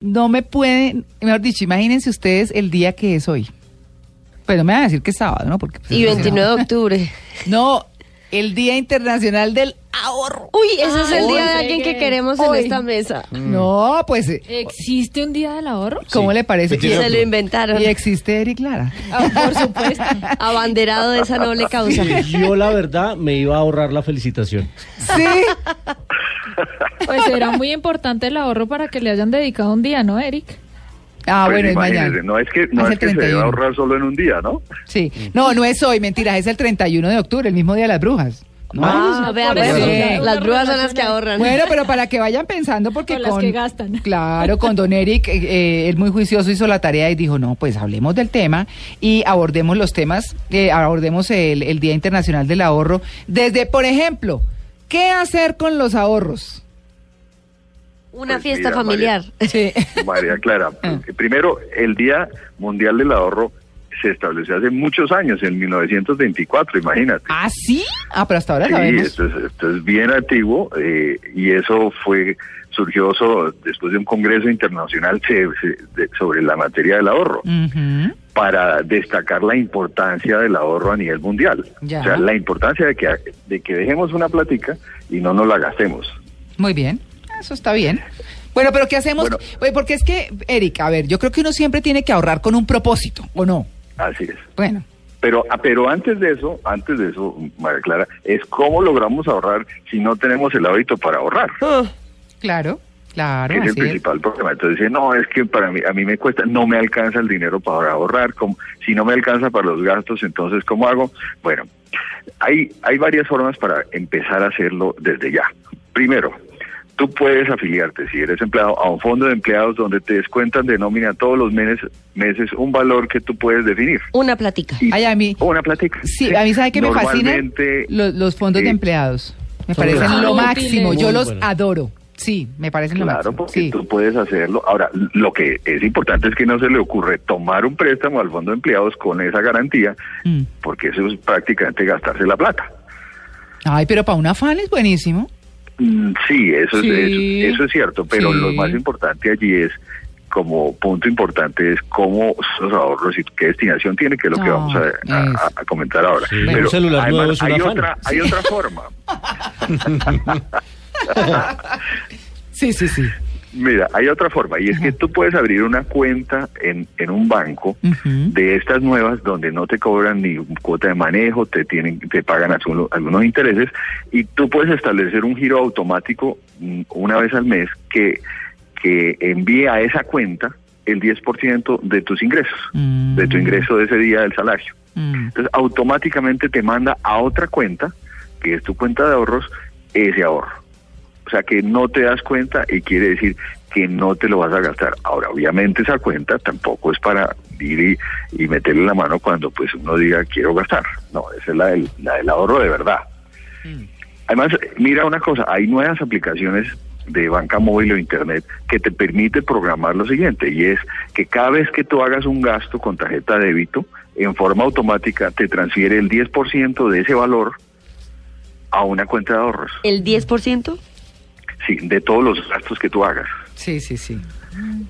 No me pueden, mejor dicho, imagínense ustedes el día que es hoy. Pero me van a decir que es sábado, ¿no? Porque, pues, Y es 29 de octubre. sábado. No, el Día Internacional del Ahorro. Uy, ese es Ah, el Ay, día de hoy. alguien que queremos Hoy. en esta mesa. Mm. No, pues, eh, ¿Existe un día del ahorro? ¿cómo le parece? Se lo inventaron. Y existe Eric Lara. por supuesto. Abanderado de esa noble causa. Yo la verdad me iba a ahorrar la felicitación. Sí. Pues era muy importante el ahorro para que le hayan dedicado un día, ¿no, Eric? Ah, Pues bueno, es imagínese, mañana. No es que, no el es que se 31. deba ahorrar solo en un día, ¿no? Sí. No, no es hoy, mentiras, es el 31 de octubre, el mismo día de las brujas. No. Ah, vea, por pues, eso. sí. Una Las brujas son las que relación ahí. ahorran. Bueno, pero para que vayan pensando, porque Con las que gastan. Claro, con don Eric, eh, eh, él muy juicioso hizo la tarea y dijo, no, pues hablemos del tema y abordemos los temas, eh, abordemos el, el Día Internacional del Ahorro, desde, por ejemplo, ¿qué hacer con los ahorros? Una Pues fiesta mira, familiar. Sí. María Clara, Ah. eh, primero, el Día Mundial del Ahorro se estableció hace muchos años, en 1924, imagínate. ¿Ah, sí? Ah, pero hasta ahora Sí, sabemos. esto es, esto es bien antiguo eh, y eso fue surgió so- después de un congreso internacional se- se- de- sobre la materia del ahorro Mm. Ujú. para destacar la importancia del ahorro a nivel mundial. Ya. O sea, la importancia de que, de que dejemos una plática y no nos la gastemos. Muy bien, eso está bien. Bueno, pero ¿qué hacemos? Bueno. Pues Porque es que, Eric, a ver, yo creo que uno siempre tiene que ahorrar con un propósito, ¿o no? Así es. Bueno. Pero, ah, pero antes de eso, antes de eso, María Clara, es cómo logramos ahorrar si no tenemos el hábito para ahorrar. Claro, claro, que es el así es. principal problema. Entonces dice, no, es que para mí, a mí me cuesta, no me alcanza el dinero para ahorrar, como, si no me alcanza para los gastos, entonces ¿cómo hago? Bueno, hay, hay varias formas para empezar a hacerlo desde ya. Primero, tú puedes afiliarte, si eres empleado, a un fondo de empleados donde te descuentan de nómina todos los meses, meses un valor que tú puedes definir. Una platica. Ay, a mí, O una plática. sí, a mí sabe que me fascinan Normalmente, los, los fondos de eh, empleados. Me son parecen buenos. lo Muy máximo, útiles. yo Muy los buenos. adoro. Sí, me parecen lo Claro, máximo. porque Sí. tú puedes hacerlo. Ahora, lo que es importante es que no se le ocurre tomar un préstamo al fondo de empleados con esa garantía, Mm. porque eso es prácticamente gastarse la plata. Ay, pero para un afán es buenísimo. Mm, Sí, eso, Sí. Es, eso, eso es cierto, pero Sí. lo más importante allí es, como punto importante, es cómo esos ahorros y qué destinación tiene, que es lo que No, vamos a, a- eso. a comentar ahora. Sí. Un celular además, nuevo es un hay, afán. otra, hay otra forma. Sí, sí, sí. Mira, hay otra forma y es que tú puedes abrir una cuenta en, en un banco Ujú. de estas nuevas donde no te cobran ni cuota de manejo, te tienen, te pagan algunos, algunos intereses y tú puedes establecer un giro automático mm, una vez al mes que, que envíe a esa cuenta el 10% de tus ingresos, Mm. de tu ingreso de ese día del salario. Mm. Entonces automáticamente te manda a otra cuenta, que es tu cuenta de ahorros, ese ahorro. O sea que no te das cuenta y quiere decir que no te lo vas a gastar. Ahora, obviamente esa cuenta tampoco es para ir y, y meterle la mano cuando pues uno diga quiero gastar. No, esa es la del, la del ahorro de verdad. Además, mira una cosa, hay nuevas aplicaciones de banca móvil o internet que te permite programar lo siguiente y es que cada vez que tú hagas un gasto con tarjeta de débito, en forma automática te transfiere el 10% de ese valor a una cuenta de ahorros, El 10%. sí, de todos los gastos que tú hagas. Sí, sí, sí.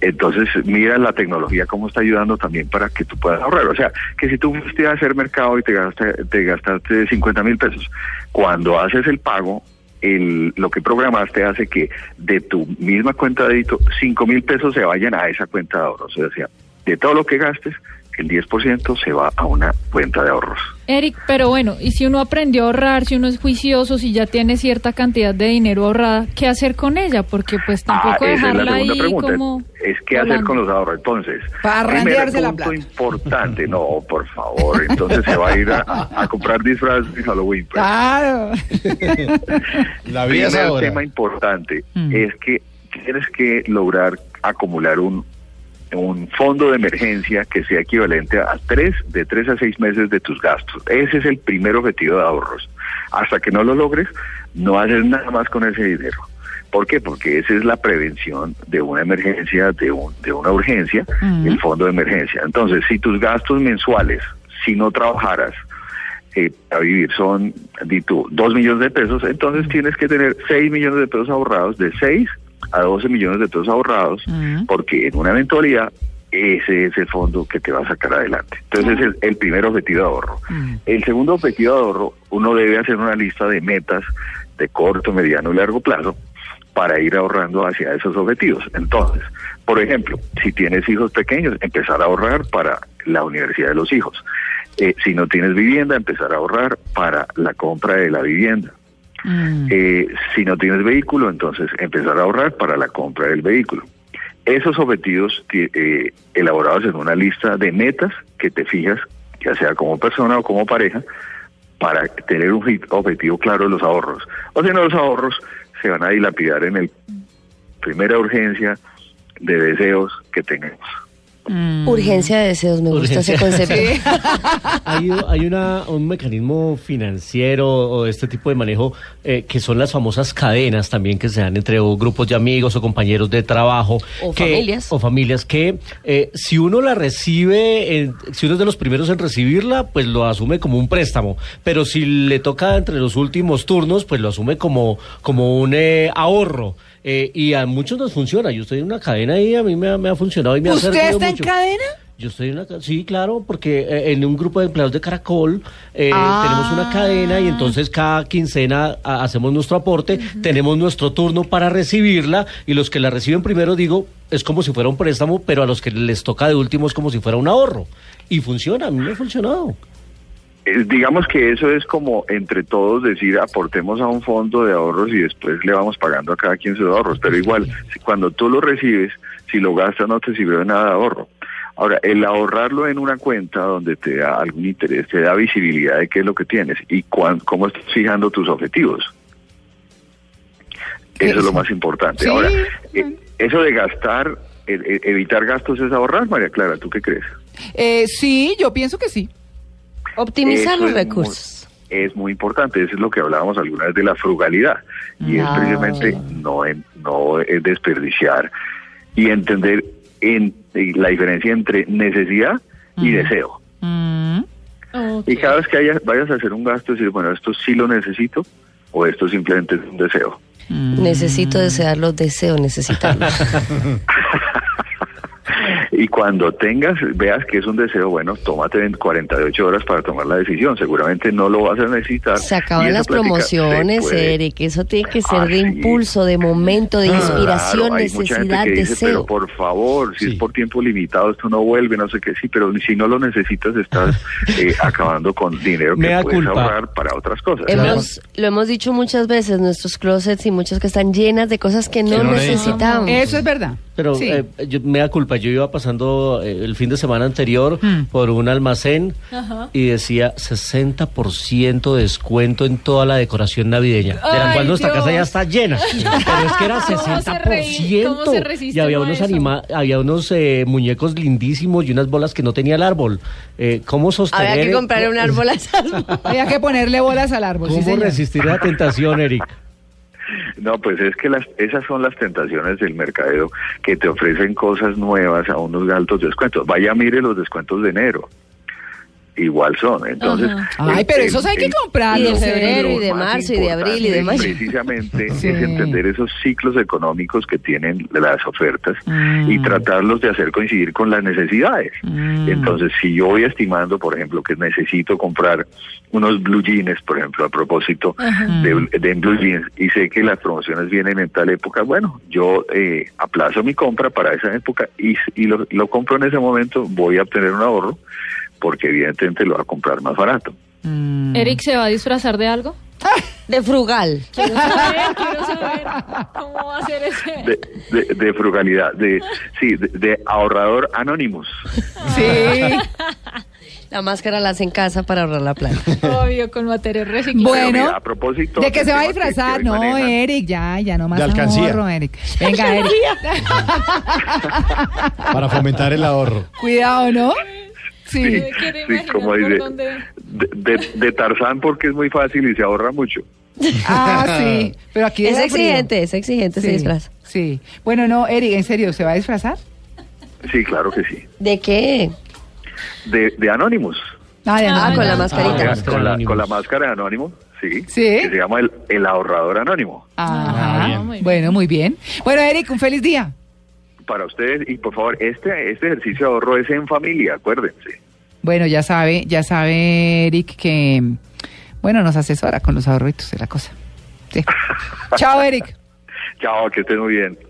Entonces, mira la tecnología cómo está ayudando también para que tú puedas ahorrar. O sea, que si tú fuiste a hacer mercado y te gastaste, te gastaste 50 mil pesos, cuando haces el pago, el, lo que programaste hace que de tu misma cuenta de débito, 5 mil pesos se vayan a esa cuenta de ahorros. O sea, de todo lo que gastes, el 10% se va a una cuenta de ahorros. Eric, pero bueno, y si uno aprendió a ahorrar, si uno es juicioso, si ya tiene cierta cantidad de dinero ahorrada, ¿qué hacer con ella? Porque pues tampoco Ah, esa es la dejarla segunda ahí pregunta. como... Es qué hacer volando. con los ahorros. Entonces, Para primer arrandearse la punto plata. importante, no, por favor, entonces se va a ir a, a comprar disfraz de Halloween. pues. Claro. La Primer tema importante Mm. es que tienes que lograr acumular un, un fondo de emergencia que sea equivalente a tres, de tres a seis meses de tus gastos. Ese es el primer objetivo de ahorros. Hasta que no lo logres, no haces nada más con ese dinero. ¿Por qué? Porque esa es la prevención de una emergencia, de, un- de una urgencia, el fondo de emergencia. Entonces, si tus gastos mensuales, si no trabajaras, eh, para vivir son, di tú, 2 millones de pesos, entonces tienes que tener 6 millones de pesos ahorrados, de 6 a 12 millones de pesos ahorrados, porque en una eventualidad ese es el fondo que te va a sacar adelante. Entonces ese es el primer objetivo de ahorro. El segundo objetivo de ahorro, uno debe hacer una lista de metas de corto, mediano y largo plazo para ir ahorrando hacia esos objetivos. Entonces, por ejemplo, si tienes hijos pequeños, empezar a ahorrar para la universidad de los hijos. Eh, si no tienes vivienda, empezar a ahorrar para la compra de la vivienda. Eh, si no tienes vehículo, entonces empezar a ahorrar para la compra del vehículo. Esos objetivos ti- eh, elaborados en una lista de metas que te fijas, ya sea como persona o como pareja, para tener un hit- objetivo claro de los ahorros. O si no, los ahorros se van a dilapidar en el primera urgencia de deseos que tengamos. Urgencia de deseos, me gusta ese Urgencia. concepto. Hay, hay una, un mecanismo financiero o este tipo de manejo eh, que son las famosas cadenas también que se dan entre o grupos de amigos o compañeros de trabajo. O que- familias. O familias que eh, si uno la recibe, eh, si uno es de los primeros en recibirla, pues lo asume como un préstamo. Pero si le toca entre los últimos turnos, pues lo asume como, como un eh, ahorro. Eh, y a muchos nos funciona. Yo estoy en una cadena y a mí me, ha- me ha funcionado y me ha ¿Usted servido está en mucho. cadena? Yo estoy en una... ca- Sí, claro, porque eh, en un grupo de empleados de Caracol eh, tenemos una cadena y entonces cada quincena ah, hacemos nuestro aporte, tenemos nuestro turno para recibirla y los que la reciben primero, digo, es como si fuera un préstamo, pero a los que les toca de último es como si fuera un ahorro. Y funciona, a mí me ha funcionado. Eh, digamos que eso es como entre todos decir aportemos a un fondo de ahorros y después le vamos pagando a cada quien sus ahorros, pero igual si- cuando tú lo recibes, si lo gastas no te sirve de nada de ahorro. Ahora, el ahorrarlo en una cuenta donde te da algún interés, te da visibilidad de qué es lo que tienes y cuán- cómo estás fijando tus objetivos. Eso es lo más importante. Sí. Ahora, eh, eso de gastar, eh, eh, evitar gastos es ahorrar, María Clara, ¿tú qué crees? Eh, sí, yo pienso que sí. Optimizar Eso los es muy- recursos. es muy importante, eso es lo que hablábamos alguna vez de la frugalidad, y es Ah. precisamente no, en- no eh, desperdiciar y entender en, eh, la diferencia entre necesidad y deseo. Y cada vez que hayas- vayas a hacer un gasto, decir, bueno, esto sí lo necesito o esto simplemente es un deseo. Necesito desearlos, deseo necesitarlos. Y cuando tengas, veas que es un deseo, bueno, tómate en 48 horas para tomar la decisión. Seguramente no lo vas a necesitar. Se y acaban esa las plática se promociones, puede Eric. Eso tiene que ser de Así. impulso, de momento, de inspiración, Claro, hay mucha gente necesidad, que dice, deseo. Pero por favor, si Sí. es por tiempo limitado, esto no vuelve, no sé qué, sí, pero si no lo necesitas, estás eh, acabando con dinero que Mea puedes culpa. ahorrar para otras cosas. Hemos, lo hemos dicho muchas veces, nuestros closets y muchas que están llenas de cosas que no, no necesitamos. Eso es verdad. Pero Sí. eh, yo- me da culpa, yo iba pasando eh, el fin de semana anterior Hmm. por un almacén y decía 60% de descuento en toda la decoración navideña, de la Ay, cual nuestra Dios. casa ya está llena. Pero es que era Ah, ¿Cómo se 60%. reí- cómo se resiste y había uno a unos, eso? anima- había unos eh, muñecos lindísimos y unas bolas que no tenía el árbol. Eh, ¿Cómo sostener? Habría que el- comprar un árbol a esas Había que ponerle bolas al Pues árbol. sí, ¿Cómo señor. resistir la tentación, Eric? No, pues es que las, esas son las tentaciones del mercadeo que te ofrecen cosas nuevas a unos altos descuentos. Vaya, mire los descuentos de enero. Igual son, entonces... Ay, el- pero el- esos hay que el- comprarlos, Y de febrero, lo y de más marzo, y de abril, y de importante mayo. Precisamente Sí. es entender esos ciclos económicos que tienen las ofertas y tratarlos de hacer coincidir con las necesidades. Entonces, si yo voy estimando, por ejemplo, que necesito comprar unos blue jeans, por ejemplo, a propósito de, de blue jeans, y sé que las promociones vienen en tal época, bueno, yo eh, aplazo mi compra para esa época y, y lo, lo compro en ese momento, voy a obtener un ahorro porque evidentemente lo va a comprar más barato. Mm. Eric se va a disfrazar de algo. de frugal. Quiero saber, quiero saber cómo va a ser ese. de, de- de frugalidad, de sí, de, de ahorrador anónimos. Sí. La máscara la hace en casa para ahorrar la plata. Obvio, con material reciclado. Pero Bueno, mira, a propósito, de que el se va a tema que- que disfrazar. hoy no, manejan. Eric, ya, ya no más. De alcancía. ahorro, Eric. Venga, Eric. Para fomentar el ahorro. Cuidado, ¿no? Sí, Sí. quiero sí, imaginar como por dice, dónde- de, de- de Tarzán porque es muy fácil y se ahorra mucho. Ah, sí. Pero aquí Es deja frío. exigente, es exigente Sí, se disfraza. Sí. Bueno, no, Eric, en serio, ¿se va a disfrazar? Sí, claro que sí. ¿De qué? De, de Anonymous. Ah, ya no. Ah, con la Ah, mascarita. ya. Con la, Anonymous. con la máscara de Anónimo, sí. Sí. Que se llama el, el ahorrador anónimo. Ajá. Ah, bien. muy bien. Bueno, muy bien. Bueno, Eric, un feliz día. Para ustedes, y por favor, este, este ejercicio de ahorro es en familia, acuérdense. Bueno, ya sabe, ya sabe Eric que, bueno, nos asesora con los ahorritos de la cosa. Sí. Chao, Eric. Chao, que estén muy bien.